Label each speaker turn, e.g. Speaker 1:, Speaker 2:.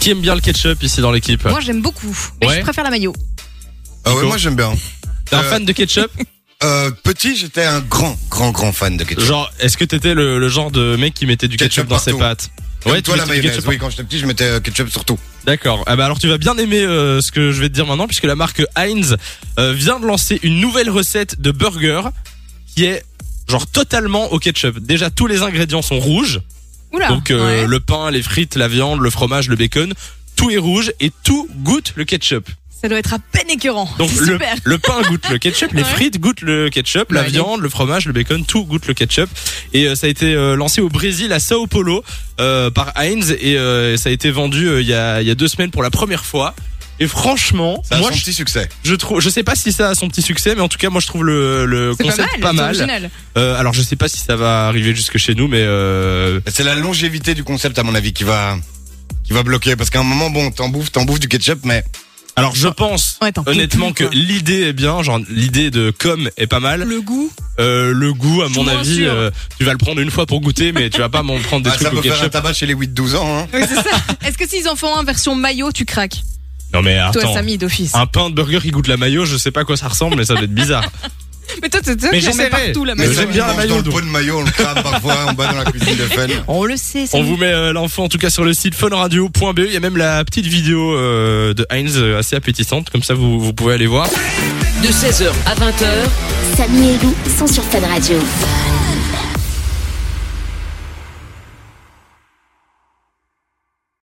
Speaker 1: Qui aime bien le ketchup ici dans l'équipe
Speaker 2: Moi, j'aime beaucoup. Mais
Speaker 1: Ouais.
Speaker 2: je préfère la mayo.
Speaker 3: Ah ouais,
Speaker 1: Nico
Speaker 3: moi j'aime bien.
Speaker 1: T'es un
Speaker 3: euh,
Speaker 1: fan de ketchup
Speaker 3: Euh, petit, j'étais un grand, grand, grand fan de ketchup.
Speaker 1: Genre, est-ce que t'étais le, le genre de mec qui mettait du ketchup,
Speaker 3: Ketchup
Speaker 1: dans ses
Speaker 3: partout.
Speaker 1: pâtes
Speaker 3: Comme
Speaker 1: tu
Speaker 3: toi la
Speaker 1: mettais du
Speaker 3: mayonnaise.
Speaker 1: ketchup hein.
Speaker 3: Oui, quand j'étais petit, je mettais euh, ketchup sur tout.
Speaker 1: D'accord. Ah bah alors tu vas bien aimer euh, ce que je vais te dire maintenant puisque la marque Heinz euh, vient de lancer une nouvelle recette de burger qui est genre totalement au ketchup. Déjà tous les ingrédients sont rouges,
Speaker 3: Ah,
Speaker 2: Oula.
Speaker 1: donc euh,
Speaker 2: ouais.
Speaker 1: le pain, les frites, la viande, le fromage, le bacon, tout est rouge et tout goûte le ketchup.
Speaker 2: Ça doit être à peine écœurant.
Speaker 1: Donc
Speaker 2: C'est
Speaker 1: le,
Speaker 2: super.
Speaker 1: le pain goûte le ketchup, les
Speaker 2: Ouais.
Speaker 1: frites goûtent le ketchup, la
Speaker 2: Ouais.
Speaker 1: viande, le fromage, le bacon, tout goûte le ketchup. Et euh, ça a été euh, lancé au Brésil à Sao Paulo euh, par Heinz et euh, ça a été vendu euh, il y, a, il y a deux semaines pour la première fois. Et franchement,
Speaker 3: C'est
Speaker 1: moi
Speaker 3: un
Speaker 1: je,
Speaker 3: petit succès.
Speaker 1: je trouve, je sais pas si ça a son petit succès, mais en tout cas moi je trouve le, le
Speaker 2: C'est
Speaker 1: concept pas
Speaker 2: c'est
Speaker 1: mal.
Speaker 2: original.
Speaker 1: Euh, alors je sais pas si ça va arriver jusque chez nous, mais euh,
Speaker 3: C'est la longévité du concept, à mon avis, qui va, qui va bloquer. Parce qu'à un moment, bon, t'en bouffes, t'en bouffes du ketchup, mais
Speaker 1: alors je pense
Speaker 2: Ouais, t'en peux
Speaker 1: honnêtement que
Speaker 2: plus, quoi.
Speaker 1: l'idée est bien, genre l'idée de com est pas mal.
Speaker 2: Le goût.
Speaker 1: Euh, le goût, à
Speaker 2: suis
Speaker 1: mon
Speaker 2: moins
Speaker 1: avis,
Speaker 2: sûre.
Speaker 1: euh, tu vas le prendre une fois pour goûter, mais tu vas pas m'en prendre des
Speaker 3: ah, ça
Speaker 1: trucs au
Speaker 3: peut faire un
Speaker 1: ketchup.
Speaker 3: tabac chez les 8-12 ans. Hein.
Speaker 2: Oui, c'est ça. Est-ce que s'ils en font un version mayo, tu craques
Speaker 1: Non mais
Speaker 2: Toi,
Speaker 1: attends, Ah.
Speaker 2: Samy, d'office.
Speaker 1: un pain de burger qui goûte la mayo, je sais pas à quoi ça ressemble, mais ça doit être bizarre.
Speaker 2: Mais toi, t'es toi
Speaker 1: Mais
Speaker 2: qui en mets
Speaker 1: j'essaierai.
Speaker 2: partout la
Speaker 1: Mais
Speaker 3: Mais
Speaker 2: mayo.
Speaker 1: j'aime
Speaker 3: ça, on
Speaker 1: bien la
Speaker 3: mange
Speaker 1: mayo,
Speaker 3: dans le
Speaker 1: donc.
Speaker 3: pot de maillot, on le crame parfois, on bat dans la cuisine de fun.
Speaker 2: On le sait,
Speaker 1: On
Speaker 2: Samy.
Speaker 1: vous met euh, l'info en tout cas sur le site funradio.be, E. il y a même la petite vidéo euh, de Heinz euh, assez appétissante, comme ça vous, vous pouvez aller voir.
Speaker 4: De 16h à 20h,
Speaker 5: Samy et Lou sont sur Fan Radio.